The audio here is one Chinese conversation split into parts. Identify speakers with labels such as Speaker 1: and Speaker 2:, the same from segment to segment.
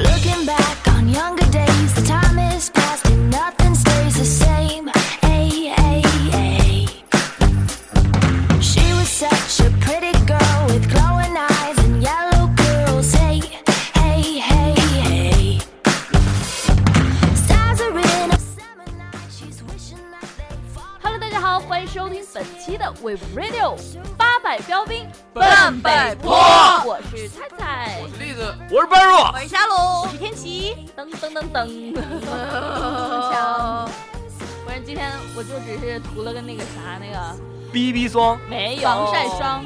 Speaker 1: Looking back on younger days, the time is past and nothing stays the same. Ay, ay, ay. She was such a pretty girl with glowing eyes and yellow curls. Hey, hey, hey, hey. Stars are in a summer night. She's wishing that they fall.
Speaker 2: Hello，大家好，欢迎收听本期的 We Radio 八百标兵
Speaker 3: 奔北坡
Speaker 2: 我是菜菜，
Speaker 3: 栗子，我是般若，
Speaker 4: 回家喽！
Speaker 2: 是天琪，噔噔噔 噔。不是今天我就只是涂了个那个啥那个
Speaker 3: ，B B 霜
Speaker 2: 没有
Speaker 4: 防晒霜，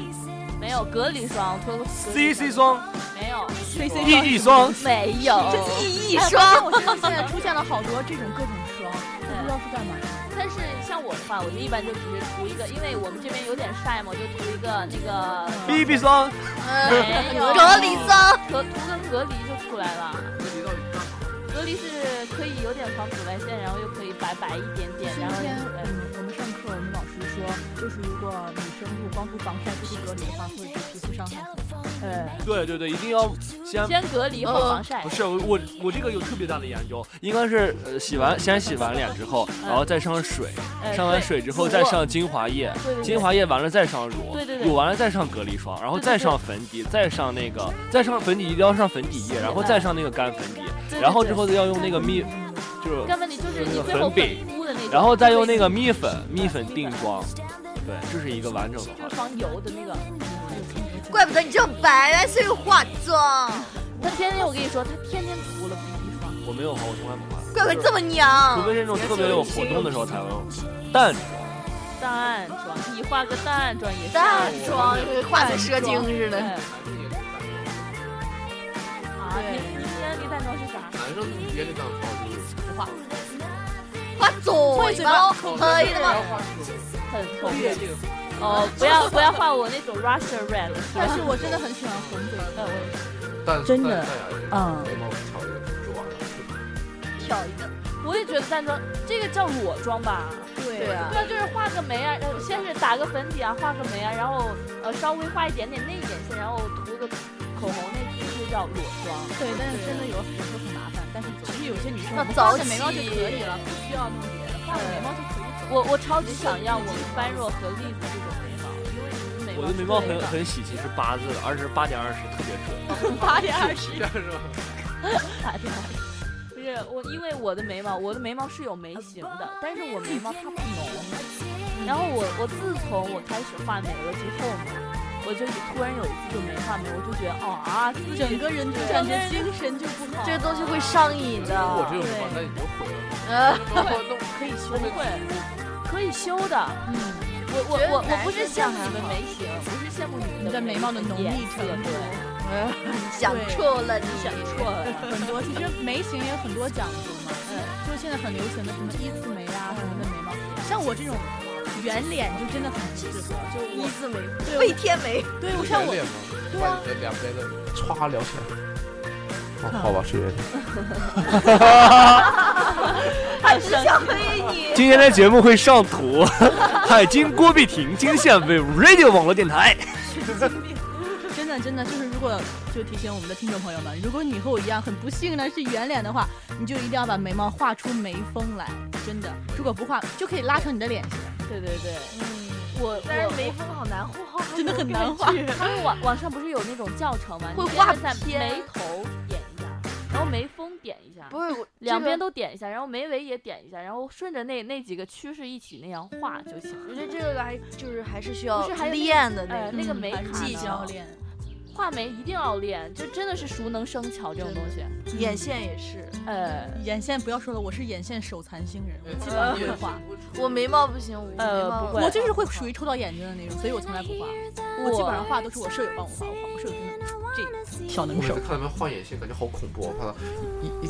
Speaker 2: 没有隔离霜，涂了个隔
Speaker 3: ，C
Speaker 2: 离
Speaker 3: C 霜
Speaker 2: 没有
Speaker 4: ，C C
Speaker 3: ，E E 霜，
Speaker 2: 没有，
Speaker 4: 意义
Speaker 5: 哎
Speaker 4: 霜，
Speaker 5: 我发现我身上现在出现了好多这种各种霜，我不知道是干嘛。
Speaker 2: 但是像我的话，我就一般就只是涂一个，因为我们这边有点晒嘛，我就涂一个那个
Speaker 3: b B 霜，
Speaker 4: 哎
Speaker 2: 没有
Speaker 4: 隔离霜，
Speaker 2: 哎隔涂个隔离就出来了。隔离是可以有点防紫外线，然后又可以白白一点点，
Speaker 5: 今
Speaker 2: 然后
Speaker 5: 天
Speaker 2: 又
Speaker 5: 我们我们上课，我们老师说，就是如果女生如果光涂防晒不涂隔离的话，会对皮肤伤害。呃，
Speaker 3: 对对对，一定要先。
Speaker 2: 先隔离后防晒
Speaker 3: 不。是我我我这个有特别大的研究，应该是呃洗完先洗完脸之后，然后再上水，
Speaker 2: 嗯呃
Speaker 3: 上完水之后再上精华液，
Speaker 2: 对对对
Speaker 3: 精华液完了再上乳，
Speaker 2: 对对对
Speaker 3: 乳完了再上隔离霜，然后再上粉底，再上那个再上粉底一定要上粉底液，然后再上那个干粉底，
Speaker 2: 对对
Speaker 3: 然后之后要用那个蜜，就是
Speaker 2: 根本你就是你最后敷的那种，
Speaker 3: 哦然后再用那个蜜粉，蜜粉定妆，对，这是一个完整的
Speaker 2: 就
Speaker 3: 话
Speaker 2: 是
Speaker 3: 题。
Speaker 2: 防油的那个。
Speaker 4: 怪不得你这么白，原来是化妆，
Speaker 2: 他天天我跟你说，他天天涂了 BB 霜，
Speaker 3: 我没有化，我从来不化，
Speaker 4: 怪不得你这么
Speaker 3: 除
Speaker 4: 娘
Speaker 3: 非。是那种特别有活动的时候才会淡妆。
Speaker 2: 淡妆，你化个淡妆也是
Speaker 4: 淡妆化的蛇精似
Speaker 2: 对
Speaker 4: 的，
Speaker 2: 啊，你你你你淡妆是啥？
Speaker 6: 男生直接就当超市，
Speaker 4: 画嘴巴，可以的吗？
Speaker 2: 很红哦，不要不要画我那种 Russia red，
Speaker 5: 但是我真的很喜欢红嘴唇，
Speaker 6: 但
Speaker 5: 真的嗯
Speaker 6: 嗯，眉毛挑一个就完了。
Speaker 4: 挑一个，
Speaker 2: 我也觉得淡妆这个叫裸妆吧。
Speaker 4: 对啊，
Speaker 2: 对啊，就是画个眉啊，呃，先是打个粉底啊，画个眉啊，然后呃稍微画一点点内眼线，然后涂个口红，那就叫裸妆。
Speaker 5: 对，但是真的有有时候很麻烦。但是其实有些女生
Speaker 4: 要
Speaker 5: 不
Speaker 4: 早
Speaker 5: 画个眉毛就
Speaker 4: 起
Speaker 5: 可以了，不需要弄别的，画个眉毛就可以走。
Speaker 2: 我我超级想要我们般若和栗子这种眉毛，因为你们眉毛
Speaker 3: 我的眉毛很很喜气，是八字的，二十八点二十特别准。
Speaker 2: 八点二十
Speaker 6: 这样是吧？
Speaker 2: 八点二十。不是我，因为我的眉毛，我的眉毛是有眉形的，但是我眉毛它不浓。然后我我自从我开始画眉了之后呢，我就突然有一次就没画眉，我就觉得哦啊，自己
Speaker 5: 整个人就感觉精神就不好。
Speaker 4: 这个东西会 上瘾的。
Speaker 6: 我这个什么，那你就毁了。
Speaker 4: 呃，
Speaker 6: 那我弄
Speaker 5: 可以修
Speaker 2: 不会，可以修的。
Speaker 5: 嗯，
Speaker 2: 我我我我不
Speaker 5: 觉
Speaker 2: 是
Speaker 5: 得男
Speaker 2: 羡慕
Speaker 5: 生这样还
Speaker 2: 你们
Speaker 5: 好
Speaker 2: 眉形，不是羡慕你
Speaker 5: 你
Speaker 2: 们
Speaker 5: 的眉毛的浓密程
Speaker 2: 颜色
Speaker 5: 度。
Speaker 2: 对，
Speaker 4: 想错了你，
Speaker 2: 想错了。
Speaker 5: 很多，其实眉形也有很多讲究嘛，嗯，就是现在很流行的什么一字眉啊什么的眉毛，像我这种圆脸就真的很不适合，就
Speaker 4: 一
Speaker 5: 我
Speaker 4: 字眉，
Speaker 5: 对
Speaker 4: 飞天眉，
Speaker 5: 对，我像我
Speaker 6: 脸吗？
Speaker 5: 对
Speaker 6: 把
Speaker 5: 啊
Speaker 6: 你的两边的歘聊起来。哦，好吧，是原谅。
Speaker 2: 太
Speaker 4: 只想黑你。
Speaker 3: 今天的节目会上图， 海军郭碧婷惊现 We Radio 网络电台。
Speaker 5: 真的真的就是，如果就提醒我们的听众朋友们，如果你和我一样很不幸呢是圆脸的话，你就一定要把眉毛画出眉峰来，真的，如果不画就可以拉成你的脸型，
Speaker 2: 对对对，我我
Speaker 4: 但是眉
Speaker 2: 我
Speaker 4: 峰好难画，
Speaker 5: 真的很难画。
Speaker 2: 他们网网上不是有那种教程吗？
Speaker 4: 会
Speaker 2: 你先
Speaker 4: 画
Speaker 2: 在
Speaker 4: 偏
Speaker 2: 眉头点一下，然后眉峰点一下，
Speaker 4: 不是我
Speaker 2: 两边
Speaker 4: 都，
Speaker 2: 都点一下，然后眉尾也点一下，然后顺着那那几个趋势一起那样画就行。
Speaker 4: 我觉得这个还就是还是需要
Speaker 2: 不是还有那个
Speaker 4: 练的
Speaker 2: 哎
Speaker 4: 那
Speaker 2: 那
Speaker 4: 种。
Speaker 2: 个眉
Speaker 5: 嗯还是
Speaker 2: 卡
Speaker 5: 技
Speaker 2: 呢
Speaker 5: 巧脸，
Speaker 2: 画眉一定要练，就真的是熟能生巧这种东西。
Speaker 4: 眼线也是，
Speaker 2: 呃
Speaker 5: 嗯眼线不要说了，我是眼线手残星人，我基本
Speaker 4: 呃
Speaker 5: 上不会画。
Speaker 4: 我眉毛不行，我眉
Speaker 2: 呃
Speaker 4: 毛
Speaker 2: 不会
Speaker 5: 我就是会属于抽到眼睛的那种，所以我从来不画。我基本上画都是我舍友帮我画，我画我舍友真的这小能
Speaker 6: 我每
Speaker 5: 手
Speaker 6: 次，看他们换眼线，感觉好恐怖，我怕他一一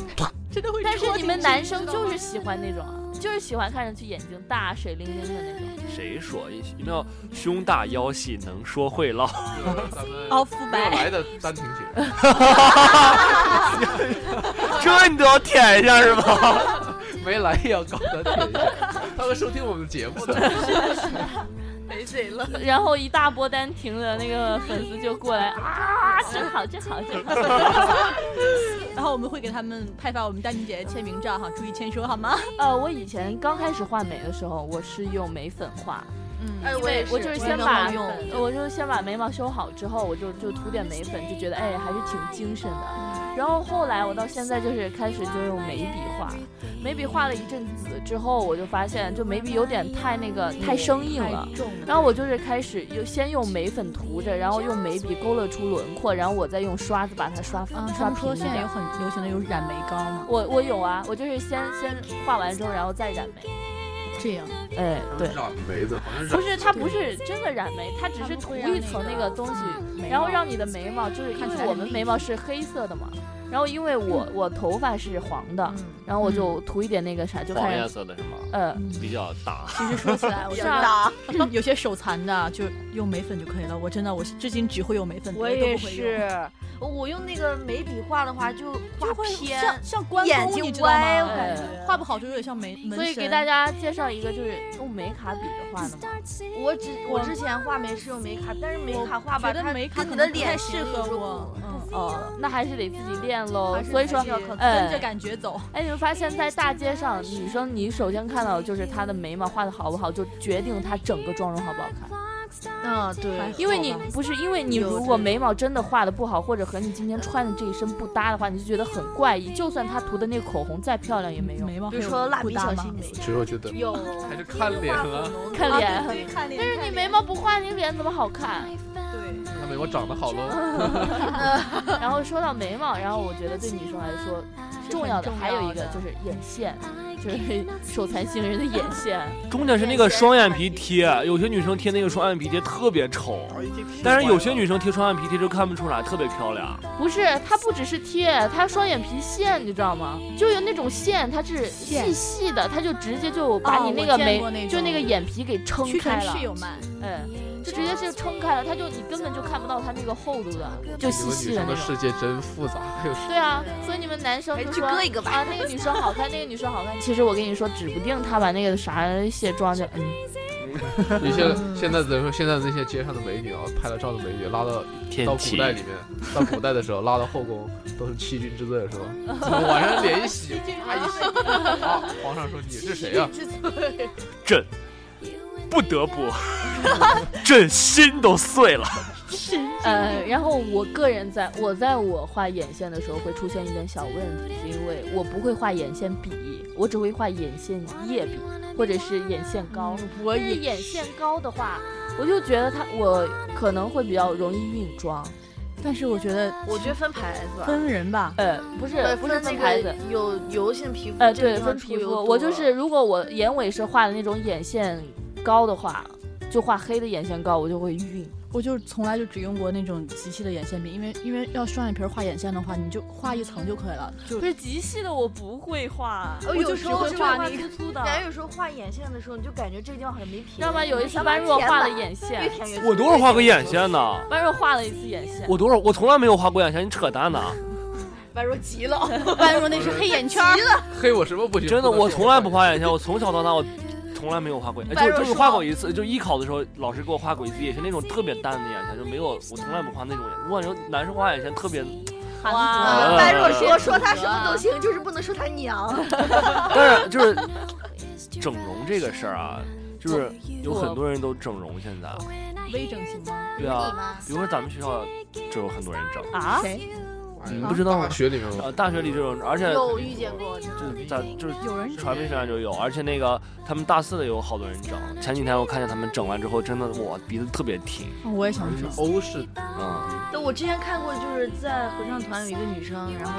Speaker 6: 一
Speaker 5: 真的会戳
Speaker 2: 但
Speaker 5: 进去。
Speaker 2: 是你们男生
Speaker 5: 知道
Speaker 2: 就
Speaker 5: 吗
Speaker 2: 是喜欢那种啊，就是喜欢看上去眼睛大、水灵灵的那种。
Speaker 3: 谁说一定要胸大腰细能说会唠？
Speaker 6: 咱们
Speaker 5: 哦凹肤
Speaker 6: 又
Speaker 5: 白，
Speaker 6: 来的丹婷姐，
Speaker 3: 这你都要舔一下是吧？
Speaker 6: 没来也要搞丹婷姐。他会收听我们的节目的。
Speaker 5: 没谁了。
Speaker 2: 然后一大波丹婷的那个粉丝就过来啊，真好，真好，真好。
Speaker 5: 然后我们会给他们派发我们丹妮姐姐签名照哈，注意签收好吗？
Speaker 2: 呃，我以前刚开始画眉的时候，我是用眉粉画，
Speaker 5: 嗯
Speaker 4: 哎，
Speaker 2: 因
Speaker 4: 我也
Speaker 2: 为
Speaker 4: 是，
Speaker 2: 我就是
Speaker 5: 也
Speaker 2: 先
Speaker 5: 没
Speaker 2: 把
Speaker 5: 有用
Speaker 2: 呃我就是先把眉毛修好之后，我就就涂点眉粉，就觉得哎还是挺精神的。然后后来我到现在就是开始就用眉笔画，眉笔画了一阵子之后，我就发现就眉笔有点太那个太生硬了。
Speaker 5: 嗯太重了。
Speaker 2: 然后我就是开始又先用眉粉涂着，然后用眉笔勾勒出轮廓，然后我再用刷子把它刷、
Speaker 5: 啊，他
Speaker 2: 刷
Speaker 5: 们
Speaker 2: 平
Speaker 5: 说
Speaker 2: 一
Speaker 5: 现在有
Speaker 2: 点。
Speaker 5: 很流行的有染眉膏嘛，
Speaker 2: 我我有啊，我就是先先画完之后，然后再染眉。
Speaker 5: 这样
Speaker 2: 哎，对，
Speaker 6: 染眉子，好像
Speaker 2: 不
Speaker 6: 染
Speaker 2: 是它不是真的染眉，它只是涂一层那个东
Speaker 5: 嗯
Speaker 2: 西，然后让你的眉毛就是因
Speaker 5: 看起
Speaker 2: 为
Speaker 5: 来嗯
Speaker 2: 我们眉毛是黑色的嘛，然后因为我我头发是黄的，然后我就涂一点那个啥，就
Speaker 3: 黄
Speaker 2: 开
Speaker 3: 颜
Speaker 2: 始
Speaker 3: 色的是吗？
Speaker 2: 呃，
Speaker 3: 比较大，
Speaker 5: 其实说起来，我
Speaker 2: 是
Speaker 5: 觉
Speaker 2: 啊
Speaker 5: 得嗯有些手残的就用眉粉就可以了。我真的我至今只会用眉粉，
Speaker 4: 我
Speaker 5: 别的
Speaker 4: 也
Speaker 5: 都不会用
Speaker 4: 是，我用那个眉笔画的话就
Speaker 5: 就
Speaker 4: 画
Speaker 5: 会
Speaker 4: 偏，
Speaker 5: 像像关
Speaker 4: 眼
Speaker 5: 公，
Speaker 4: 睛
Speaker 5: 你知道吗？
Speaker 4: 歪
Speaker 2: 我感觉
Speaker 5: 哎画不好就有点像眉门
Speaker 2: 所以给
Speaker 5: 神
Speaker 2: 大家介绍一个就是用眉卡笔着画的嘛。
Speaker 4: 我之我之前画眉是用眉卡，但是眉卡画吧，
Speaker 5: 觉
Speaker 4: 它
Speaker 5: 得眉卡
Speaker 4: 跟
Speaker 5: 可
Speaker 4: 你的
Speaker 5: 能不太
Speaker 4: 脸
Speaker 5: 适合我，嗯，
Speaker 2: 哦，那还是得自己练喽
Speaker 5: 还。是
Speaker 2: 所以说
Speaker 5: 还是要靠，嗯跟着
Speaker 2: 哎，
Speaker 5: 感觉走。
Speaker 2: 哎，你们发现，在大街上，女生你首先看到的就是她的眉毛画的好不好，就决定她整个妆容好不好看。
Speaker 4: 嗯，对，
Speaker 2: 因为你不是因为你如果眉毛真的画的不好，或者和你今天穿的这一身不搭的话，你就觉得很怪异。就算她涂的那个口红再漂亮也没用。
Speaker 5: 眉毛
Speaker 4: 比
Speaker 5: 会
Speaker 4: 如
Speaker 5: 有
Speaker 4: 说蜡
Speaker 5: 不
Speaker 4: 笔
Speaker 5: 搭
Speaker 4: 小
Speaker 5: 嗯吗
Speaker 4: 新眉，
Speaker 6: 其实我觉得
Speaker 4: 有
Speaker 6: 还是看脸 啊，
Speaker 2: 看
Speaker 5: 啊
Speaker 2: 脸，
Speaker 5: 对对看脸
Speaker 2: 但是你眉毛不画，你脸怎么好看？
Speaker 5: 对，
Speaker 6: 看眉毛长得好喽。
Speaker 2: 然后说到眉毛，然后我觉得对女生来说重要的还有一个就是眼线，就是手残星人的眼线。
Speaker 3: 重点是那个双眼皮贴，有些女生贴那个双眼皮贴特别丑，但是有些女生贴双眼皮贴就看不出来，特别漂亮。
Speaker 2: 不是，它不只是贴，它双眼皮线，你知道吗？就有那种线，它是细细的，它就直接就把你那个
Speaker 5: 我见
Speaker 2: 眉，
Speaker 5: 过那种
Speaker 2: 就那个眼皮给撑
Speaker 5: 屈臣
Speaker 2: 开了
Speaker 5: 氏，有卖，
Speaker 2: 嗯，就直接是撑开了，它就你根本就看不到它那个厚度的，就
Speaker 6: 你
Speaker 2: 细
Speaker 6: 们
Speaker 2: 细
Speaker 6: 女
Speaker 2: 的
Speaker 6: 生
Speaker 2: 那
Speaker 6: 的
Speaker 2: 种。
Speaker 6: 世界真复杂，还有
Speaker 2: 对啊，所以你们男生就说
Speaker 4: 还是去割一个吧
Speaker 2: 啊，那个女生好看，那个女生好看。其实我跟你说，指不定她把那个啥卸妆就嗯，
Speaker 6: 你现
Speaker 4: 嗯
Speaker 6: 在现在怎么说？现在那些街上的美女啊，拍了照的美女，拉到
Speaker 3: 天
Speaker 6: 到古
Speaker 3: 启
Speaker 6: 代里面，到古代的时候，拉到后宫都是欺君之罪，是吧？ 怎么晚上脸一洗， 啪一洗，啊，皇上说你是谁啊呀、
Speaker 3: 朕不得 不，朕心都碎了。
Speaker 2: 呃，然后我个人在我在我画眼线的时候会出现一点小问题，是因为我不会画眼线笔，我只会画眼线液笔或者是眼线膏。我是眼线膏的话，我就觉得它我可能会比较容易晕妆。
Speaker 5: 但是我觉得
Speaker 4: 我觉得分牌子吧，
Speaker 5: 分人吧，
Speaker 2: 呃，不是
Speaker 4: 对
Speaker 2: 不是
Speaker 4: 分
Speaker 2: 分
Speaker 4: 那
Speaker 2: 牌
Speaker 4: 个
Speaker 2: 子，
Speaker 4: 有油性皮肤，
Speaker 2: 呃，
Speaker 4: 这个
Speaker 2: 对，
Speaker 4: 地方
Speaker 2: 分
Speaker 4: 出
Speaker 2: 皮
Speaker 4: 油
Speaker 2: 肤。
Speaker 4: 多
Speaker 2: 我就是如果我眼尾是画的那种眼线膏的话，就画黑的眼线膏，我就会晕。
Speaker 5: 我就从来就只用过那种极细的眼线笔，因为因为要双眼皮儿画眼线的话，你就画一层就可以了，就
Speaker 2: 不是极细的，我不会画。
Speaker 4: 哦，有
Speaker 5: 就
Speaker 4: 时
Speaker 5: 只
Speaker 4: 候
Speaker 5: 会
Speaker 4: 是
Speaker 5: 画
Speaker 4: 画
Speaker 5: 那
Speaker 4: 粗粗 的，然后有时候画眼线的时候，你就感觉这地方很没品。
Speaker 2: 知道吗？有一次
Speaker 4: 想把
Speaker 2: 般若
Speaker 4: 它填
Speaker 2: 画了
Speaker 4: 满
Speaker 2: 眼线
Speaker 4: 越，填越
Speaker 3: 我多少画过眼线呢？
Speaker 2: 般若画了一次眼线，
Speaker 3: 我多少？我从来没有画过眼线，你扯淡呢？
Speaker 4: 宛若急了，
Speaker 5: 般若那是黑眼圈儿，
Speaker 6: 黑我什么不行？
Speaker 3: 真的，
Speaker 6: 不能说
Speaker 3: 我从来不画眼线，我从小到大我从来没有画过，哎，就
Speaker 4: 白若
Speaker 3: 就是
Speaker 4: 说
Speaker 3: 画过一次，就艺考的时候老师给我画过一次，也是那种特别淡的眼线，就没有，我从来不画那种眼线。我感觉男生画眼线特别，啊
Speaker 2: 哇
Speaker 4: 般若说说他什么
Speaker 2: 啊
Speaker 4: 都行，就是不能说他娘。
Speaker 3: 但是就是整容这个事儿啊，就是有很多人都整容现在，
Speaker 5: 微整形吗？
Speaker 3: 对啊，比如说咱们学校就有很多人整，
Speaker 2: 啊，
Speaker 5: 谁？
Speaker 6: 哎
Speaker 3: 你
Speaker 6: 呀
Speaker 3: 不知道吗
Speaker 6: 大学里面吗？
Speaker 3: 呃，大学里就有，而且
Speaker 4: 有遇见过，真的
Speaker 3: 就是咱就是
Speaker 5: 有人
Speaker 3: 传媒学院就有，而且那个他们大四的也有好多人整。前几天我看见他们整完之后，真的哇，鼻子特别挺，
Speaker 5: 啊我也想说，
Speaker 6: 欧式
Speaker 3: 嗯，
Speaker 4: 对，我之前看过，就是在合唱团有一个女生，然后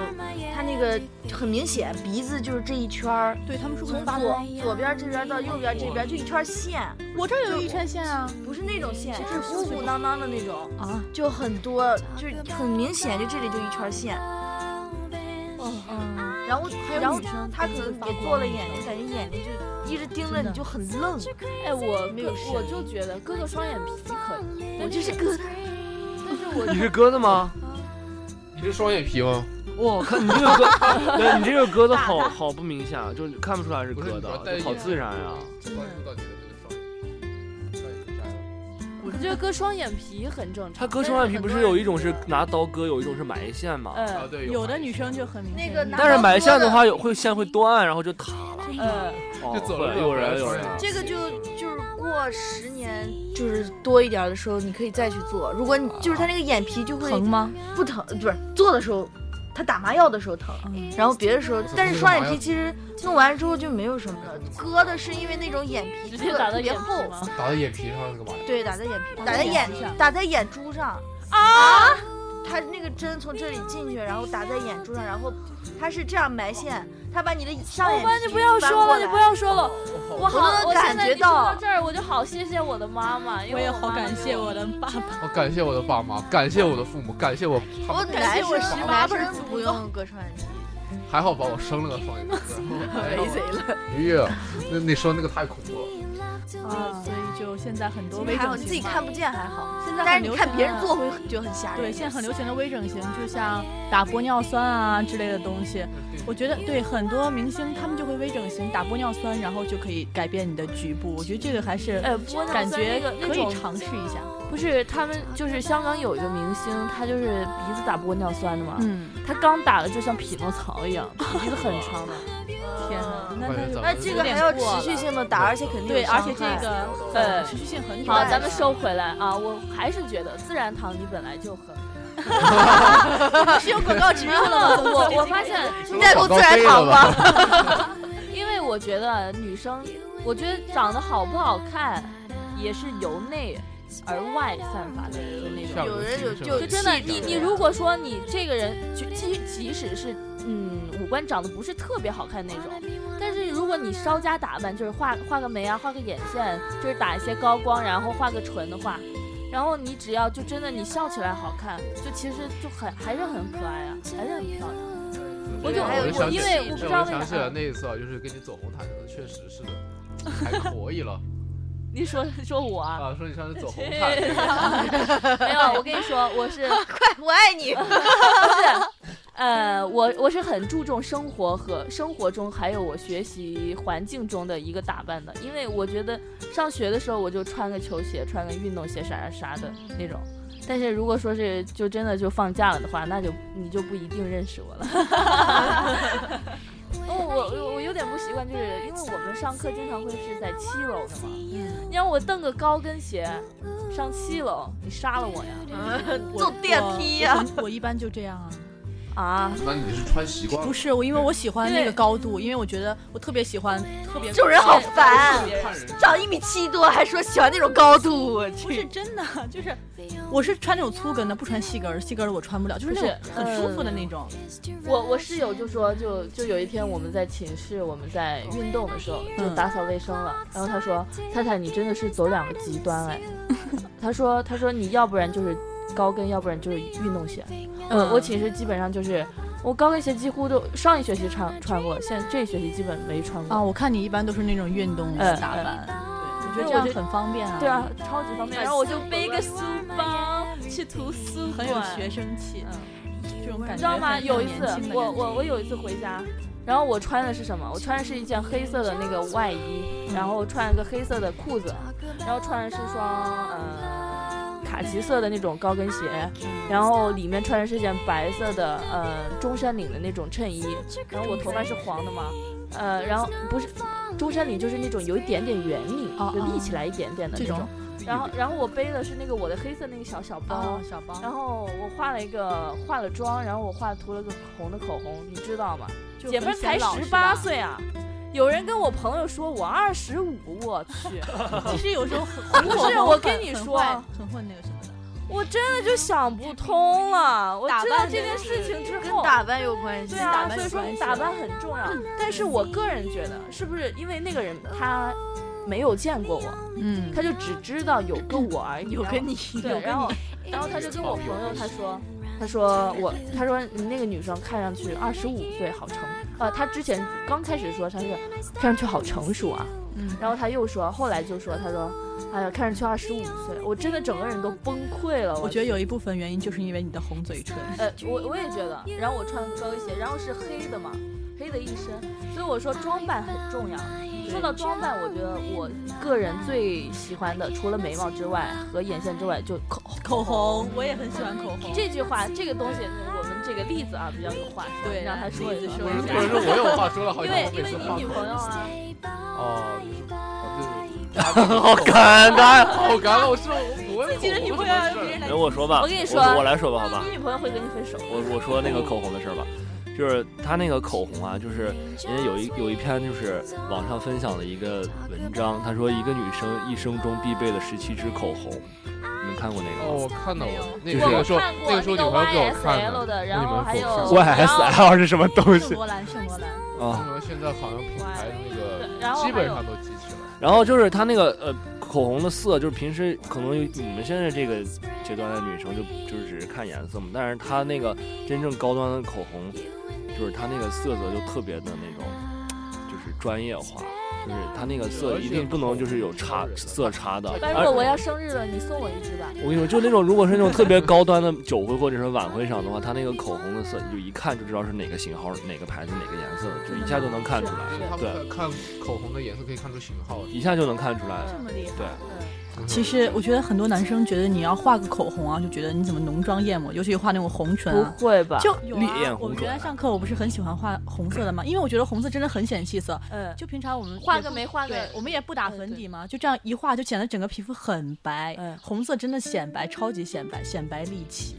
Speaker 4: 她那个很明显，鼻子就是这一圈儿，
Speaker 5: 对他们说不
Speaker 4: 从
Speaker 5: 能发
Speaker 4: 左左边这边到右边这边就一圈儿线，
Speaker 5: 我这儿有一针线啊
Speaker 4: 不是那种线，是
Speaker 5: 是
Speaker 4: 鼓鼓囊囊的那种，
Speaker 5: 啊，
Speaker 4: 就很多，就是很明显，就这里就一圈儿线。
Speaker 5: 嗯，
Speaker 4: 然后
Speaker 5: 还有
Speaker 4: 然后
Speaker 5: 女生
Speaker 4: 她可
Speaker 5: 鼻子
Speaker 4: 能
Speaker 5: 发
Speaker 4: 给
Speaker 5: 光
Speaker 4: 做了
Speaker 5: 的
Speaker 4: 眼
Speaker 5: 那
Speaker 4: 睛，
Speaker 5: 种
Speaker 4: 感觉眼睛就一直盯着
Speaker 5: 真的
Speaker 4: 你就很愣，
Speaker 2: 哎，我
Speaker 4: 没有
Speaker 2: 哥
Speaker 4: 事
Speaker 2: 我就觉得割个双眼皮可以，
Speaker 4: 我
Speaker 2: 但
Speaker 4: 就是疙瘩。
Speaker 2: 但是我
Speaker 3: 你是鸽子吗？
Speaker 6: 你是双眼皮吗？
Speaker 3: 哇，看你这个格， 对你这个格子好好不明显啊，就是看不出来是
Speaker 6: 不是
Speaker 3: 格
Speaker 6: 你说
Speaker 3: 的，
Speaker 6: 戴
Speaker 3: 就好
Speaker 6: 眼
Speaker 3: 自然啊。
Speaker 6: 关注到你的这个双眼皮，双眼皮摘了，
Speaker 2: 我觉得割双眼皮很正常。
Speaker 3: 他割双眼皮不是有一种是拿刀割，有一种是埋线嘛？
Speaker 6: 啊
Speaker 2: 嗯
Speaker 6: 对，
Speaker 5: 有的
Speaker 6: 反应
Speaker 5: 女生就很明显
Speaker 4: 那个 拿
Speaker 3: 但是埋线的话，有会线会断，然后就塌 了。
Speaker 2: 嗯，
Speaker 3: 哦
Speaker 6: 就走
Speaker 3: 会
Speaker 6: 了
Speaker 3: 有人有人。啊
Speaker 4: 这个就就是过十年就是多一点的时候，你可以再去做。如果你就是他那个眼皮就会
Speaker 5: 疼吗？
Speaker 4: 不疼，不是做的时候，他打麻药的时候疼，
Speaker 5: 嗯
Speaker 4: 然后别的时候，但是双眼皮其实弄完之后就没有什么了。割的是因为那种眼皮
Speaker 2: 直
Speaker 4: 特
Speaker 2: 接打到
Speaker 4: 特别
Speaker 2: 眼皮
Speaker 4: 厚，
Speaker 2: 吗？
Speaker 6: 打到眼皮上干嘛呀？
Speaker 4: 对，打在眼皮，
Speaker 5: 打
Speaker 4: 打
Speaker 5: 在
Speaker 4: 在
Speaker 5: 眼
Speaker 4: 眼
Speaker 5: 皮上
Speaker 4: 打在眼珠上啊！他那个针从这里进去，然后打在眼珠上，然后他是这样埋线，他把你的上
Speaker 5: 哦
Speaker 4: 眼
Speaker 2: 欧巴，
Speaker 4: 皮
Speaker 2: 你不要
Speaker 4: 翻
Speaker 2: 说
Speaker 4: 过
Speaker 2: 了，你
Speaker 4: 来
Speaker 2: 不要说了，
Speaker 6: 我
Speaker 2: 我
Speaker 6: 好
Speaker 2: 好，
Speaker 4: 我
Speaker 2: 我
Speaker 4: 能
Speaker 2: 现在
Speaker 4: 感
Speaker 2: 你
Speaker 4: 觉
Speaker 2: 说到
Speaker 4: 到
Speaker 2: 这儿，我就好谢谢我的妈妈，因
Speaker 5: 我
Speaker 2: 为
Speaker 5: 也
Speaker 2: 妈
Speaker 5: 好
Speaker 2: 妈
Speaker 5: 感谢我的爸爸，
Speaker 6: 我哦感谢我的爸妈，感谢我的父母，感谢我他
Speaker 4: 我
Speaker 6: 们，
Speaker 5: 感
Speaker 4: 男
Speaker 5: 谢
Speaker 4: 生
Speaker 5: 我十八
Speaker 4: 男
Speaker 5: 辈儿
Speaker 4: 生
Speaker 5: 祖
Speaker 4: 不
Speaker 5: 宗
Speaker 4: 用割双眼皮，
Speaker 6: 还好把我生了个双眼皮。
Speaker 4: 谁了？
Speaker 6: 哎呀，那你说那个太恐怖了，
Speaker 5: 啊，所以就现在很多微
Speaker 4: 还好
Speaker 5: 整
Speaker 4: 你自己
Speaker 5: 形嘛，
Speaker 4: 看不见还好，
Speaker 5: 现在
Speaker 4: 但
Speaker 5: 很
Speaker 4: 是
Speaker 5: 流
Speaker 4: 你
Speaker 5: 行
Speaker 4: 看别人
Speaker 5: 啊
Speaker 4: 做会就很吓人。
Speaker 5: 对，现在很流行的微整形，就像打玻尿酸啊之类的东西。我觉得对很多明星，他们就会微整形，打玻尿酸，然后就可以改变你的局部。我觉得这个还是
Speaker 2: 哎，播那
Speaker 5: 感
Speaker 2: 个那
Speaker 5: 觉
Speaker 2: 个那
Speaker 5: 可以
Speaker 2: 种
Speaker 5: 尝试一下。
Speaker 2: 不是他们就是香港有一个明星，他就是鼻子打玻尿酸的嘛，
Speaker 5: 嗯，
Speaker 2: 他刚打的就像匹诺曹一样，鼻子很长的，
Speaker 4: 嗯
Speaker 5: 天哪，那
Speaker 6: 我感觉
Speaker 5: 那
Speaker 6: 咱
Speaker 4: 那
Speaker 6: 们
Speaker 4: 这个还要持续性的打，
Speaker 6: 对
Speaker 4: 而且肯定
Speaker 5: 对，
Speaker 4: 有
Speaker 5: 而且
Speaker 4: 伤害
Speaker 5: 这个
Speaker 4: 嗯
Speaker 2: 哎
Speaker 5: 呃持续性很久。
Speaker 2: 好，咱们收回来啊！我还是觉得自然堂你本来就很，
Speaker 5: 是有广告植入了吗？
Speaker 2: 我我发现，
Speaker 4: 你在给我自然
Speaker 6: 好
Speaker 4: 堂
Speaker 6: 吧？
Speaker 4: 吧？
Speaker 2: 因为我觉得女生，我觉得长得好不好看，也是由内而外散发的一个那种。
Speaker 4: 有人有就
Speaker 2: 就真的，
Speaker 4: 气质
Speaker 2: 你你如果说你这个人，就即即使是嗯五官长得不是特别好看那种，但是如果你稍加打扮，就是画画个眉啊，画个眼线，就是打一些高光，然后画个唇的话，然后你只要就真的你笑起来好看，就其实就很还是很可爱啊，还是很漂亮。我就
Speaker 6: 对我就
Speaker 2: 我
Speaker 6: 想
Speaker 2: 因
Speaker 6: 起
Speaker 2: 为我不知道
Speaker 6: 我
Speaker 2: 为
Speaker 6: 想起来
Speaker 2: 啥，
Speaker 6: 那一次啊，就是跟你走红毯的，确实是的，还 可以了
Speaker 2: 你说说我啊，
Speaker 6: 啊。说你上次走红 毯，
Speaker 2: 没有，我跟你说，我是
Speaker 4: 快，我 爱你。
Speaker 2: 呃，我我是很注重生活和生活中，还有我学习环境中的一个打扮的，因为我觉得上学的时候我就穿个球鞋，穿个运动鞋啥啥啥的那种。但是如果说是就真的就放假了的话，那就你就不一定认识我了。 哦，我我我有点不习惯，就是因为我们上课经常会是在七楼的嘛，
Speaker 4: 嗯
Speaker 2: 你让我蹬个高跟鞋上七楼，你杀了我呀！
Speaker 4: 坐电梯呀
Speaker 5: 我我我一般就这样啊。
Speaker 2: 啊，
Speaker 6: 那你是穿习惯
Speaker 5: 不是我，因为我喜欢那
Speaker 2: 对
Speaker 5: 个高度，因为我觉得我特别喜欢，特别
Speaker 4: 这种人好烦，啊
Speaker 6: 看人
Speaker 4: 长一米七多还说喜欢那种高度，我
Speaker 5: 不是
Speaker 4: 去。
Speaker 5: 真的，就是我是穿那种粗跟的，不穿细跟儿，细跟儿我穿不了，就是那种
Speaker 2: 不是
Speaker 5: 很舒服的那种。
Speaker 2: 我我室友就说，就就有一天我们在寝室，我们在运动的时候就
Speaker 5: 嗯
Speaker 2: 打扫卫生了，然后他说：“太太，你真的是走两个极端哎。” 他说：“他说你要不然就是高跟，要不然就是运动鞋。嗯”我寝室基本上就是我高跟鞋几乎都上一学期穿穿过，现在这一学期基本没穿过。
Speaker 5: 啊，我看你一般都是那种运动
Speaker 2: 嗯
Speaker 5: 打扮，对，我觉得这
Speaker 2: 我
Speaker 5: 样
Speaker 2: 觉得
Speaker 5: 很方便啊，
Speaker 2: 对啊，，超级方便。然后我就背个书包去图书馆，
Speaker 5: 很有学生气，
Speaker 2: 嗯
Speaker 5: 这种感觉很有年轻的感觉。
Speaker 2: 你知道吗？有一次，我我我有一次回家，然后我穿的是什么？我穿的是一件黑色的那个外衣，然后穿了个黑色的裤子，然后穿的是双呃卡其色的那种高跟鞋，
Speaker 5: 嗯
Speaker 2: 然后里面穿的是件白色的呃中山领的那种衬衣，然后我头发是黄的嘛，呃，然后不是中山领就是那种有一点点圆领，
Speaker 5: 哦
Speaker 2: 就
Speaker 5: 哦
Speaker 2: 立起来一点点的
Speaker 5: 这
Speaker 2: 那种
Speaker 5: 种。
Speaker 2: 然后然后我背的是那个我的黑色那个小小包
Speaker 5: 哦，，小包，
Speaker 2: 然后我化了一个化了妆，然后我化涂了个红的口红，你知道吗？
Speaker 5: 就
Speaker 2: 姐妹
Speaker 5: 很
Speaker 2: 儿才
Speaker 5: 显老
Speaker 2: 十八，岁啊！有人跟我朋友说我二十五，我去，
Speaker 5: 是吧其实有 时候很
Speaker 2: 不是
Speaker 5: 很
Speaker 2: 我跟你
Speaker 5: 很
Speaker 2: 说
Speaker 5: 坏很混那个什么的。
Speaker 2: 我真的就想不通了。我
Speaker 5: 打
Speaker 2: 知道
Speaker 5: 扮
Speaker 2: 这
Speaker 5: 真
Speaker 2: 件
Speaker 5: 的
Speaker 2: 事
Speaker 5: 是
Speaker 2: 情之
Speaker 4: 跟
Speaker 2: 后，
Speaker 4: 打扮有关系
Speaker 2: 对，
Speaker 5: 打
Speaker 2: 啊，
Speaker 5: 扮
Speaker 2: 所以
Speaker 5: 有
Speaker 2: 说
Speaker 5: 关系
Speaker 2: 打扮很重要。
Speaker 5: 嗯
Speaker 2: 但是我个人觉得，是不是因为那个人他没有见过我，
Speaker 5: 嗯
Speaker 2: 他就只知道有个我而已，
Speaker 5: 有
Speaker 2: 然
Speaker 5: 个
Speaker 2: 后
Speaker 5: 你，
Speaker 2: 对，然后然后他就跟我朋友他说，他说我，他说你那个女生看上去二十五岁，好成，呃，他之前刚开始说她是看上去好成熟啊，
Speaker 5: 嗯
Speaker 2: 然后他又说，后来就说，他说，哎呀，看上去二十五岁，我真的整个人都崩溃了。
Speaker 5: 我觉得有一部分原因就是因为你的红嘴唇。
Speaker 2: 呃，我我也觉得。然后我穿高跟鞋，然后是黑的嘛，黑的一身，所以我说装扮很重要。说到装扮，我觉得我个人最喜欢的，除了眉毛之外和眼线之外，就口红。
Speaker 5: 口红，我也很喜欢口红。
Speaker 2: 这句话，这个东西，我们这个例子啊比较有话说，
Speaker 5: 对
Speaker 2: 让他说一
Speaker 5: 例子
Speaker 2: 说
Speaker 5: 说
Speaker 2: 一
Speaker 5: 一
Speaker 2: 下
Speaker 5: 下。
Speaker 6: 或者是我有话说了，好
Speaker 2: 因
Speaker 6: 像
Speaker 2: 为
Speaker 6: 我
Speaker 2: 因
Speaker 6: 每
Speaker 2: 为
Speaker 6: 次
Speaker 2: 你
Speaker 6: 放
Speaker 2: 女朋友啊，
Speaker 6: 哦，就是
Speaker 3: 好尴尬呀！
Speaker 6: 好尴尬，我是我我
Speaker 5: 自己的女朋友让别人来
Speaker 3: 那我说吧，
Speaker 2: 我跟你说
Speaker 3: 我我来说吧，好吧
Speaker 2: 你，女朋友会跟你分手。
Speaker 3: 我我说那个口红的事儿吧，就是他那个口红啊，就是人家有一有一篇就是网上分享的一个文章，他说一个女生一生中必备的十七支口红，你们看过那个吗？
Speaker 6: 哦，我看到我那
Speaker 3: 就
Speaker 6: 个
Speaker 3: 是
Speaker 6: 那
Speaker 2: 我
Speaker 6: 个时候
Speaker 2: 看过
Speaker 6: 那个时候女朋友给我看
Speaker 2: YSL 的，
Speaker 6: 的，
Speaker 2: 然后还有
Speaker 6: 我
Speaker 3: ，YSL 是什么东
Speaker 5: 圣罗兰，圣罗兰，
Speaker 3: 啊？
Speaker 6: 为什么现在好像品牌那个
Speaker 2: 然后
Speaker 6: 基
Speaker 2: 还
Speaker 6: 本
Speaker 2: 有
Speaker 6: 上都集齐了？
Speaker 3: 然后就是他那个呃口红的色，就是平时可能有你们现在这个阶段的女生就就是只是看颜色嘛，但是他那个真正高端的口红，就是他那个色泽就特别的那种，就是专业化，就是他那个色一定不能就是有差色差的。
Speaker 2: 但
Speaker 3: 而
Speaker 2: 如果我要生日了，你送我一支吧。
Speaker 3: 我跟你说，就那种如果是那种特别高端的酒会或者是晚会上的话，它那个口红的色，你就一看就知道是哪个型号、哪个牌子、哪个颜色，就一下就能看出来，
Speaker 6: 他
Speaker 3: 对
Speaker 6: 们看口红的颜色可以看出型号。
Speaker 3: 一下就能看出来。
Speaker 5: 这么厉害。
Speaker 3: 对，
Speaker 5: 嗯其实我觉得很多男生觉得你要画个口红啊，就觉得你怎么浓妆艳抹，尤其画那种红唇啊。
Speaker 2: 会吧
Speaker 5: 就
Speaker 3: 烈焰啊红唇
Speaker 5: 我们原来上课我不是很喜欢画红色的嘛，因为我觉得红色真的很显气色。
Speaker 2: 嗯，
Speaker 5: 就平常我们
Speaker 2: 画
Speaker 5: 也
Speaker 2: 个
Speaker 5: 不
Speaker 2: 没画
Speaker 5: 对
Speaker 2: 个，，
Speaker 5: 我们也不打粉底嘛，就这样一画就显得整个皮肤很白
Speaker 2: 嗯。
Speaker 5: 红色真的显白，超级显白，显白利气。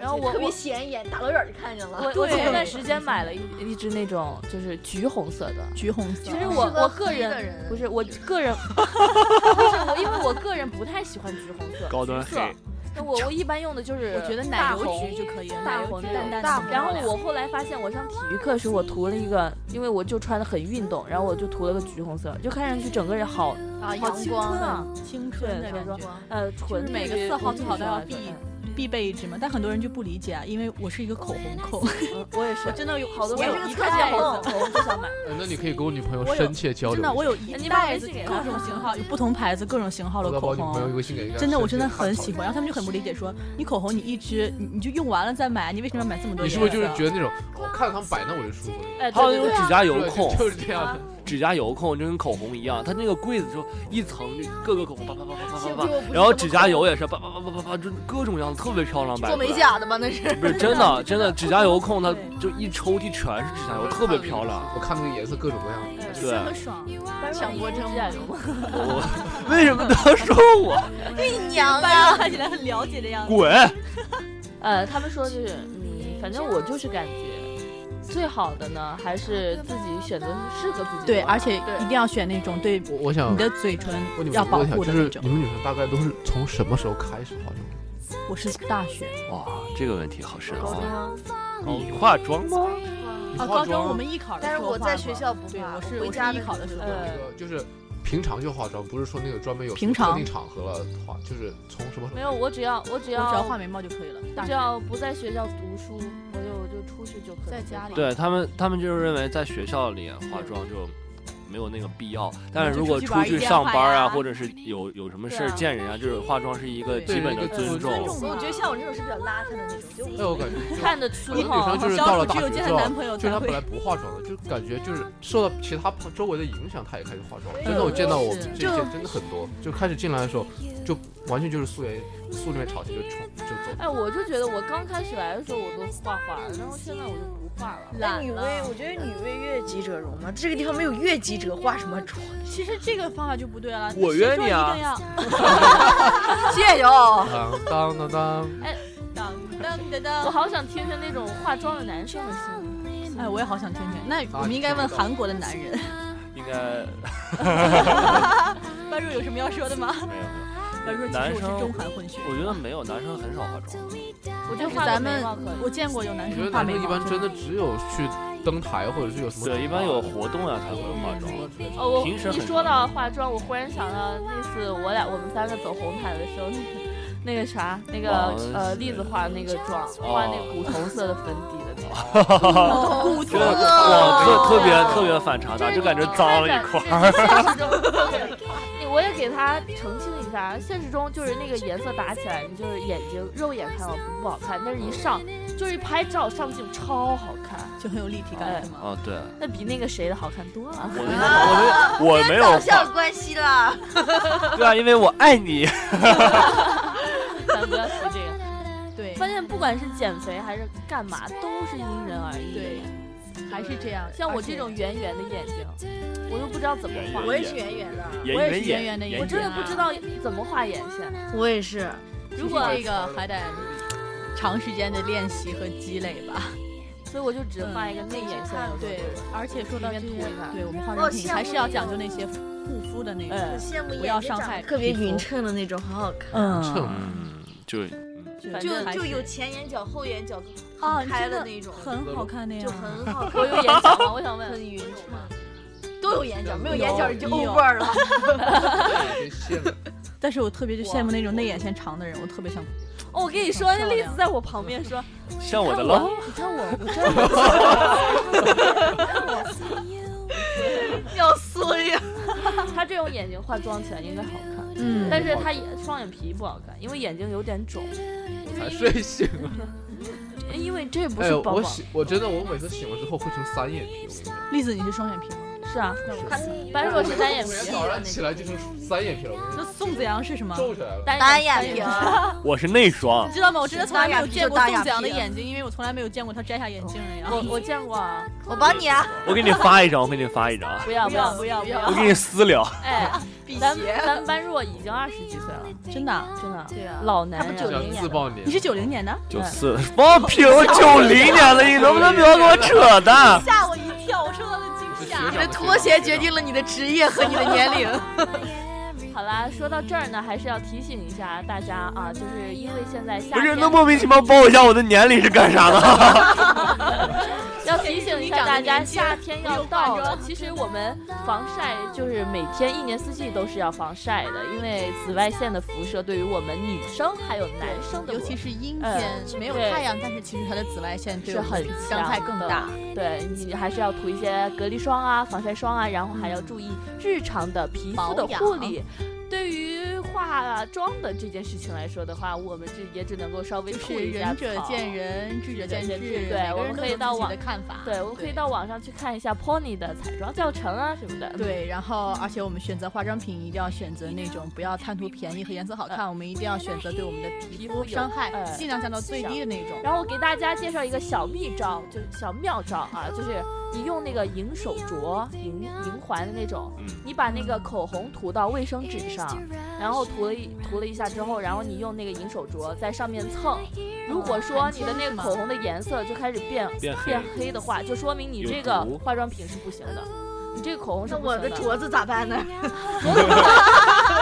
Speaker 2: 然后我
Speaker 4: 特别
Speaker 2: 我
Speaker 4: 显眼，打老远就看见了。
Speaker 2: 我我
Speaker 5: 对
Speaker 2: 前段时间买了一一支那种就是橘红色的。
Speaker 5: 橘红色。
Speaker 2: 其实我
Speaker 4: 适合
Speaker 2: 我个
Speaker 4: 黑的
Speaker 2: 人
Speaker 4: 人
Speaker 2: 不是我个 人，不是我因为我个人不太喜欢橘红色，
Speaker 3: 高端
Speaker 2: 橘色
Speaker 3: 黑。
Speaker 2: 那我我一般用的就是
Speaker 5: 我觉得奶
Speaker 2: 大
Speaker 5: 油
Speaker 2: 红
Speaker 5: 橘就可以了，
Speaker 2: 大
Speaker 5: 奶油
Speaker 2: 红
Speaker 5: 橘
Speaker 2: 那
Speaker 5: 淡
Speaker 2: 种大红。
Speaker 5: 淡的很
Speaker 2: 然后
Speaker 5: 漂亮
Speaker 2: 我后来发现，我上体育课时我涂了一个，因为我就穿的很运动，然后我就涂了个橘红色，就看上去整个人好
Speaker 5: 啊，
Speaker 2: 好
Speaker 5: 阳
Speaker 2: 青
Speaker 5: 光
Speaker 2: 春
Speaker 5: 啊
Speaker 2: 啊，，
Speaker 5: 青春的
Speaker 2: 对
Speaker 5: 感
Speaker 2: 阳
Speaker 5: 觉。
Speaker 2: 呃，
Speaker 5: 就
Speaker 2: 纯啊
Speaker 5: 是每个
Speaker 2: 绿
Speaker 5: 色号最好都要
Speaker 2: 绿
Speaker 5: 必
Speaker 2: 色的
Speaker 5: 必备一支嘛，但很多人就不理解啊，因为我是一个口红控，
Speaker 2: 嗯我也是
Speaker 5: 我，真的有
Speaker 2: 好多
Speaker 5: 我
Speaker 2: 人
Speaker 5: 有
Speaker 4: 这个
Speaker 5: 一
Speaker 4: 特
Speaker 5: 袋
Speaker 4: 效
Speaker 5: 子，
Speaker 4: 哦
Speaker 2: 我就想买。
Speaker 6: 呃那你可以跟我女朋友
Speaker 5: 我有
Speaker 6: 深切交流一
Speaker 5: 真
Speaker 6: 下。
Speaker 5: 的我有一
Speaker 2: 你把
Speaker 5: 袋
Speaker 2: 微
Speaker 5: 子
Speaker 2: 信给
Speaker 5: 各
Speaker 2: 他
Speaker 5: 种型号，有不同牌子、各种型号
Speaker 6: 我
Speaker 5: 的
Speaker 6: 再把
Speaker 5: 口
Speaker 6: 我女朋友
Speaker 5: 红。
Speaker 6: 微信给一个
Speaker 5: 真的，我真的
Speaker 6: 深切探
Speaker 5: 很
Speaker 6: 讨
Speaker 5: 喜
Speaker 6: 一下
Speaker 5: 欢，然后他们就很不理解，说你口红你一支，你你就用完了再买，你为什么要买这么多颜
Speaker 6: 你是
Speaker 5: 色？
Speaker 6: 不是就是觉得那种，我看他们摆弄我就舒服了？
Speaker 2: 哎，
Speaker 3: 还有
Speaker 2: 对
Speaker 3: 那
Speaker 2: 对
Speaker 3: 种
Speaker 2: 对，
Speaker 3: 指甲油
Speaker 6: 对
Speaker 3: 控，
Speaker 6: 就是这样的。
Speaker 3: 指甲油控就跟口红一样，它那个柜子就一层就各个口红叭叭叭叭叭叭
Speaker 4: 幸亏我
Speaker 3: 叭，
Speaker 4: 不是
Speaker 3: 然后
Speaker 4: 这么
Speaker 3: 指甲油也是叭叭叭叭叭叭，就各种样子特别漂亮，摆
Speaker 4: 做美
Speaker 3: 出来
Speaker 4: 甲的吗？那是。
Speaker 3: 不是真的真的指甲油控，它
Speaker 5: 对
Speaker 3: 就一抽屉全是指
Speaker 5: 哎
Speaker 3: 甲油，特别漂亮。
Speaker 6: 我看那个颜色各种各样的，
Speaker 2: 对
Speaker 3: 对
Speaker 5: 这么爽，
Speaker 4: 想过这
Speaker 2: 指甲油吗？
Speaker 3: 我为什么都要说我？
Speaker 4: 你娘
Speaker 5: 班
Speaker 4: 啊！
Speaker 5: 长看起来很了解的样子。
Speaker 3: 滚！
Speaker 2: 呃，他们说就是，嗯，反正我就是感觉，最好的呢还是自己选择适合自己的。
Speaker 5: 对，而且一
Speaker 2: 对
Speaker 5: 定要选那种对
Speaker 6: 我我想
Speaker 5: 你的嘴唇
Speaker 6: 问你们
Speaker 5: 要
Speaker 6: 一个
Speaker 5: 保
Speaker 6: 问题啊，
Speaker 5: 护
Speaker 6: 就
Speaker 5: 的那
Speaker 6: 是
Speaker 5: 种
Speaker 6: 你。们女生大概都是从什么时候开始化妆？
Speaker 5: 我是大学
Speaker 3: 哇，这个问题好深
Speaker 4: 高中
Speaker 3: 啊！
Speaker 4: 啊，
Speaker 3: 你化妆吗？
Speaker 5: 啊，高中我们艺考的
Speaker 4: 但
Speaker 5: 时
Speaker 4: 是
Speaker 5: 候化
Speaker 4: 我
Speaker 5: 过，
Speaker 4: 在学校不
Speaker 5: 对，
Speaker 4: 化，
Speaker 5: 我是
Speaker 4: 回
Speaker 5: 我
Speaker 4: 家
Speaker 5: 是艺考的时候
Speaker 2: 呃
Speaker 5: 化。
Speaker 6: 那个就是平常就化妆，不是说那个专门有什么
Speaker 5: 平常
Speaker 6: 特定场合了化，就是从什么时候？
Speaker 2: 没有，我只要我只
Speaker 5: 我只要画
Speaker 2: 要
Speaker 5: 眉毛就可以了。
Speaker 2: 我
Speaker 5: 大
Speaker 2: 只
Speaker 5: 学
Speaker 2: 要不在学校读书，我就我就出去就可以，
Speaker 5: 在家里
Speaker 3: 对他们，他们就是认为在学校里化妆就没有那个必要，但是如果出去上班啊，或者是有有什么事儿
Speaker 2: 对啊
Speaker 3: 见人啊，就是化妆是一个
Speaker 5: 对
Speaker 3: 基本的
Speaker 6: 对
Speaker 3: 尊
Speaker 5: 尊
Speaker 3: 重
Speaker 5: 重。
Speaker 4: 我觉得哦像我这种是比较邋遢的那种，就无
Speaker 5: 嗯
Speaker 6: 哎，我感觉就
Speaker 2: 看得出
Speaker 6: 有的女
Speaker 2: 哈
Speaker 6: 生。就是到
Speaker 5: 小
Speaker 6: 了
Speaker 5: 鼠
Speaker 6: 大
Speaker 5: 只有
Speaker 6: 学
Speaker 5: 见
Speaker 6: 之
Speaker 5: 她
Speaker 6: 后，
Speaker 5: 男朋友
Speaker 6: 就是
Speaker 5: 才
Speaker 6: 她本
Speaker 5: 会
Speaker 6: 来不化妆的，就感觉就是受到其他周围的影响，她也开始化妆了。真的，我见到我
Speaker 5: 嗯是
Speaker 6: 这些真的很多，就开始进来的时候，就完全就是素颜素里面朝天就冲就走。
Speaker 2: 哎，我就觉得我刚开始来的时候我都画画，然后现在我就不画了。
Speaker 5: 懒
Speaker 4: 女
Speaker 5: 了
Speaker 4: 为，我觉得女为悦己者容嘛，这个地方没有悦己者化什 么妆？
Speaker 5: 其实这个方法就不对了。
Speaker 3: 我约你啊
Speaker 5: 谁说一定要
Speaker 4: 谢哟。
Speaker 5: 哦
Speaker 6: 当当当当，
Speaker 5: 当当当
Speaker 2: 我
Speaker 5: 当！
Speaker 2: 好想听听那种化妆的男生的心
Speaker 5: 哎，我也好想听听。那我们应该问韩国的男人，
Speaker 3: 应该
Speaker 5: 班主有什么要说的吗？
Speaker 3: 没有
Speaker 5: 班
Speaker 3: 没有，男
Speaker 5: 主，其实我是中
Speaker 3: 生
Speaker 5: 韩混血。
Speaker 3: 我觉得没有，男生很少化妆。
Speaker 2: 我觉
Speaker 5: 就
Speaker 2: 得
Speaker 5: 是
Speaker 2: 画个
Speaker 5: 咱
Speaker 2: 眉
Speaker 5: 们
Speaker 2: 毛可以，
Speaker 5: 我见过有男
Speaker 6: 我觉得
Speaker 5: 生画
Speaker 6: 男
Speaker 5: 眉
Speaker 6: 生一
Speaker 5: 毛，
Speaker 6: 般真的只有去登台或者是有什么啊
Speaker 3: 对，一般有活动呀才会化妆。
Speaker 2: 哦，我
Speaker 3: 平时
Speaker 2: 一
Speaker 3: 很
Speaker 2: 说
Speaker 3: 少
Speaker 2: 到化妆，我忽然想到那次我俩我们三个走红毯的时候，那个那个啥，那个
Speaker 3: 哦
Speaker 2: 呃栗子画那个妆，
Speaker 3: 哦
Speaker 2: 画那个古铜色的粉底的那
Speaker 3: 操，
Speaker 5: 哦
Speaker 6: 哦
Speaker 5: 骨
Speaker 3: 真的哇，特特别特别反常大，就感觉脏了一块
Speaker 2: 儿。
Speaker 3: 儿。
Speaker 2: 现实中 对我也给他澄清一下，现实中就是那个颜色打起来，你就是眼睛肉眼看到啊不不好看，但是一上就是一拍照上镜超好看，
Speaker 5: 就很有立体感，是
Speaker 6: 哦
Speaker 3: 啊，
Speaker 5: 吗？
Speaker 3: 对，
Speaker 2: 那比那个谁的好看多 了。
Speaker 3: 我那我没我没有
Speaker 4: 导向关系了，
Speaker 3: 对啊，因为我爱你。
Speaker 2: 咱不要提这个，
Speaker 5: 对，
Speaker 2: 发现不管是减肥还是干嘛，都是因人而异。
Speaker 5: 对，还是这样。
Speaker 2: 像我这种圆圆的眼睛，我都不知道怎么画，
Speaker 4: 我也是圆圆的，
Speaker 3: 演
Speaker 5: 我也
Speaker 3: 员
Speaker 5: 是
Speaker 3: 演
Speaker 5: 演员的
Speaker 3: 演
Speaker 5: 演
Speaker 2: 我真的不知道怎么画眼啊线。
Speaker 4: 我也是。
Speaker 5: 如果这个还得长时间的练习和积累吧。
Speaker 2: 所以我就只画一个内眼线。
Speaker 5: 对，而且说到这
Speaker 2: 里面涂一下
Speaker 5: 个，对我们化
Speaker 4: 哦
Speaker 5: 妆品
Speaker 4: 羡
Speaker 5: 还
Speaker 4: 慕
Speaker 5: 是要
Speaker 4: 你
Speaker 5: 讲究那些护肤的那
Speaker 2: 哎
Speaker 5: 个，
Speaker 4: 羡慕
Speaker 5: 不要上害
Speaker 4: 特别
Speaker 5: 皮肤
Speaker 4: 匀称的那种，好好看。
Speaker 5: 嗯，
Speaker 3: 嗯，就
Speaker 2: 反
Speaker 4: 就
Speaker 2: 正
Speaker 5: 还
Speaker 4: 就是有前眼角、后眼角
Speaker 5: 啊，
Speaker 4: 开
Speaker 5: 真
Speaker 4: 的
Speaker 5: 的
Speaker 4: 那种
Speaker 5: 很啊好看的呀，
Speaker 4: 就很 好看，
Speaker 2: 我有眼角吗？我想 问，
Speaker 4: 很匀称。都有眼角，没有眼角就
Speaker 5: 有
Speaker 4: over 了。
Speaker 6: 对，羡慕。
Speaker 5: 但是我特别就羡慕那种内眼线长的人，我特别想。
Speaker 2: 哦，我跟你说，那栗子在我旁边说，
Speaker 3: 像我的了。
Speaker 2: 你看我，我这样，
Speaker 4: 要缩呀！
Speaker 2: 他这种眼睛化妆起来应该好看，
Speaker 5: 嗯
Speaker 2: 但是他眼双眼皮不好看，因为眼睛有点肿，
Speaker 6: 才睡醒啊！
Speaker 2: 因为这不
Speaker 6: 哎
Speaker 2: 是
Speaker 6: 呦，
Speaker 2: 宝
Speaker 6: 我
Speaker 2: 宝，
Speaker 6: 醒，我真的，我每次醒了之后会成三眼皮。我跟你讲，
Speaker 5: 栗子，你是双眼皮吗？
Speaker 2: 是啊，
Speaker 6: 是
Speaker 2: 反正我是单眼皮
Speaker 6: 每， 天早上起来就成三眼皮了，我跟你
Speaker 5: 那
Speaker 6: 讲
Speaker 5: 宋子阳是什么？
Speaker 6: 皱起来了。
Speaker 4: 单
Speaker 2: 单
Speaker 4: 眼
Speaker 2: 眼
Speaker 4: 皮，
Speaker 3: 我是内双
Speaker 5: 你，知道吗？我真的从来没有见过
Speaker 4: 大眼
Speaker 5: 宋
Speaker 4: 皮
Speaker 5: 子
Speaker 4: 就大
Speaker 5: 阳
Speaker 4: 眼
Speaker 5: 的
Speaker 4: 皮啊
Speaker 5: 眼睛，因为我从来没有见过他摘下眼镜的样
Speaker 2: 我
Speaker 5: 子。
Speaker 2: 我见过啊，
Speaker 4: 我帮你啊，
Speaker 3: 我给你发一张，我给你发一张，
Speaker 2: 不要不要不要不
Speaker 3: 我
Speaker 2: 要，
Speaker 3: 给你私聊。
Speaker 2: 哎，
Speaker 4: 辟
Speaker 2: 咱咱们般若已经二十几岁了，
Speaker 5: 真的啊，
Speaker 2: 真的，
Speaker 4: 对啊，
Speaker 2: 老男人
Speaker 6: 这
Speaker 2: 了，
Speaker 6: 叫自爆年
Speaker 5: 你，是九零年的？
Speaker 3: 九四，放屁！嗯我九零年的，你能不能不要跟我扯淡？
Speaker 5: 吓我一跳，我受到了惊
Speaker 6: 是学
Speaker 5: 吓
Speaker 6: 长。
Speaker 4: 你的拖鞋决定了你的职业和你的年龄。
Speaker 2: 好啦，说到这儿呢，还是要提醒一下大家啊，就是因为现在夏
Speaker 3: 不是，
Speaker 2: 天，
Speaker 3: 那莫名其妙报一下我的年龄是干啥的？
Speaker 2: 要提醒一下大家，夏天要到
Speaker 5: 不用化
Speaker 2: 了。其实我们防晒就是每天一年四季都是要防晒的，因为紫外线的辐射对于我们女生还有男生的，
Speaker 5: 尤其是阴天
Speaker 2: 哎，
Speaker 5: 嗯没有
Speaker 2: 对
Speaker 5: 太阳，但是其实它的紫外线对
Speaker 2: 是
Speaker 5: 我们
Speaker 2: 很
Speaker 5: 的伤害更大。
Speaker 2: 对你还是要涂一些隔离霜啊、防晒霜啊，然后还要注意日常的皮肤的
Speaker 5: 保养
Speaker 2: 护理。对于化妆的这件事情来说的话，我们这也只能够稍微
Speaker 5: 就
Speaker 2: 吐
Speaker 5: 是
Speaker 2: 一下
Speaker 5: 仁者
Speaker 2: 草
Speaker 5: 见仁，智者见智，
Speaker 2: 智者见智
Speaker 5: 每
Speaker 2: 对
Speaker 5: 个人
Speaker 2: 我们
Speaker 5: 都
Speaker 2: 可以
Speaker 5: 有自
Speaker 2: 到
Speaker 5: 己
Speaker 2: 网
Speaker 5: 的看法。
Speaker 2: 对，我们可以到网上去看一下 Pony 的彩妆教程啊什么的。，
Speaker 5: 对，然后而且我们选择化妆品一定要选择那种不要贪图便宜和颜色好看，我们一定要选择对我们的皮肤伤害
Speaker 2: 呃
Speaker 5: 尽量降到最低的那种。
Speaker 2: 然后我给大家介绍一个小秘招，就是小妙招啊，就是你用那个银手镯、银银环的那种，
Speaker 3: 嗯
Speaker 2: 你把那个口红涂到卫生纸上，然后涂了一涂了一下之后，然后你用那个银手镯在上面蹭。如果说你的那个口红的颜色就开始变
Speaker 3: 变黑
Speaker 2: 变黑的话，就说明你这个
Speaker 3: 有毒
Speaker 2: 化妆品是不行的，你这个口红是
Speaker 4: 那
Speaker 2: 不
Speaker 4: 我
Speaker 2: 行啊
Speaker 4: 的镯子咋办呢？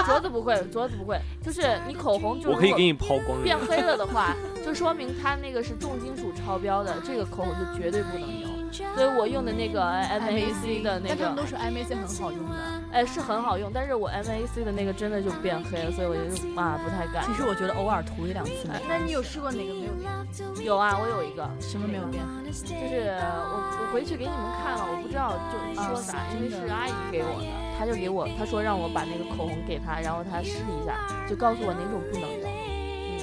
Speaker 2: 镯子不会，镯子不会，就是你口红就是
Speaker 3: 我可以
Speaker 2: 如果
Speaker 3: 给你抛光
Speaker 2: 变
Speaker 3: 热。
Speaker 2: 黑了的话，就说明它那个是重金属超标的，这个口红就绝对不能用。所以我用的那个 MAC 的那
Speaker 5: 但他们
Speaker 2: 个
Speaker 5: 都，说 MAC 很好用的。
Speaker 2: 哎，是很好用，但是我 MAC 的那个真的就变黑了，所以我就啊不太敢
Speaker 5: 其。实我觉得偶尔涂一两次没
Speaker 4: 那你有试过哪个没有变？
Speaker 5: 嗯
Speaker 2: 有啊，我有一个，
Speaker 5: 什么没有变。
Speaker 2: 就是我我回去给你们看了，我不知道就
Speaker 5: 啊
Speaker 2: 说啥，因为是阿姨给我的，她就给我，她说让我把那个口红给她，然后她试一下，就告诉我哪种不能用，
Speaker 5: 嗯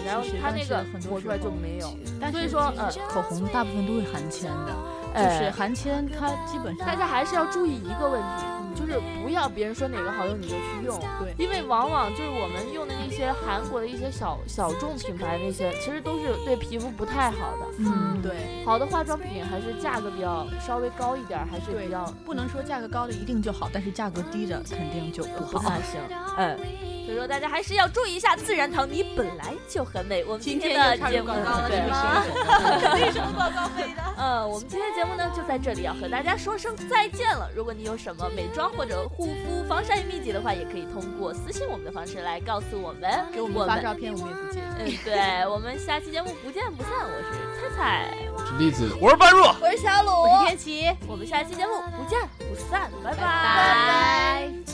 Speaker 2: 然后
Speaker 5: 其实
Speaker 2: 她
Speaker 5: 但
Speaker 2: 那
Speaker 5: 是
Speaker 2: 个
Speaker 5: 很多
Speaker 2: 抹
Speaker 5: 时
Speaker 2: 出来就
Speaker 5: 候
Speaker 2: 没有，
Speaker 5: 但
Speaker 2: 所以
Speaker 5: 是
Speaker 2: 说
Speaker 5: 其
Speaker 2: 呃
Speaker 5: 实口红大部分都会含铅的，就是
Speaker 2: 哎。
Speaker 5: 含铅它基本上
Speaker 2: 大家还是要注意一个问题，嗯就是不要别人说哪个好用你就去用，
Speaker 5: 对
Speaker 2: 因为往往就是我们用的那些韩国的一些小小众品牌那些，其实都是对皮肤不太好的。
Speaker 5: 嗯对
Speaker 2: 好的化妆品还是价格比较稍微高一点儿，还是比
Speaker 5: 对
Speaker 2: 较，
Speaker 5: 不能说价格高的一定就好，但是价格低的肯定就不
Speaker 2: 不
Speaker 5: 好
Speaker 2: 太。行。嗯，所以说大家还是要注意一下自然堂，你本来就很美。我们
Speaker 5: 今
Speaker 2: 天
Speaker 5: 天
Speaker 2: 的
Speaker 5: 又插
Speaker 2: 节
Speaker 5: 入
Speaker 2: 目
Speaker 5: 广告了，
Speaker 2: 对
Speaker 5: 是吗？为什么广告费的？
Speaker 2: 呃，我们今天的节目呢就在这里要和大家说声再见了。如果你有什么美妆或者护肤防晒秘籍的话，也可以通过私信我们的方式来告诉我们。
Speaker 5: 给我们发照片，我们也不介意。
Speaker 2: 嗯，对，我们下期节目不见不散。我是菜菜，
Speaker 6: 栗子
Speaker 3: 我是般若。
Speaker 4: 我是小鲁，
Speaker 5: 我是天琪。
Speaker 2: 我们下期节目不见不散，拜拜。
Speaker 5: 拜
Speaker 4: 拜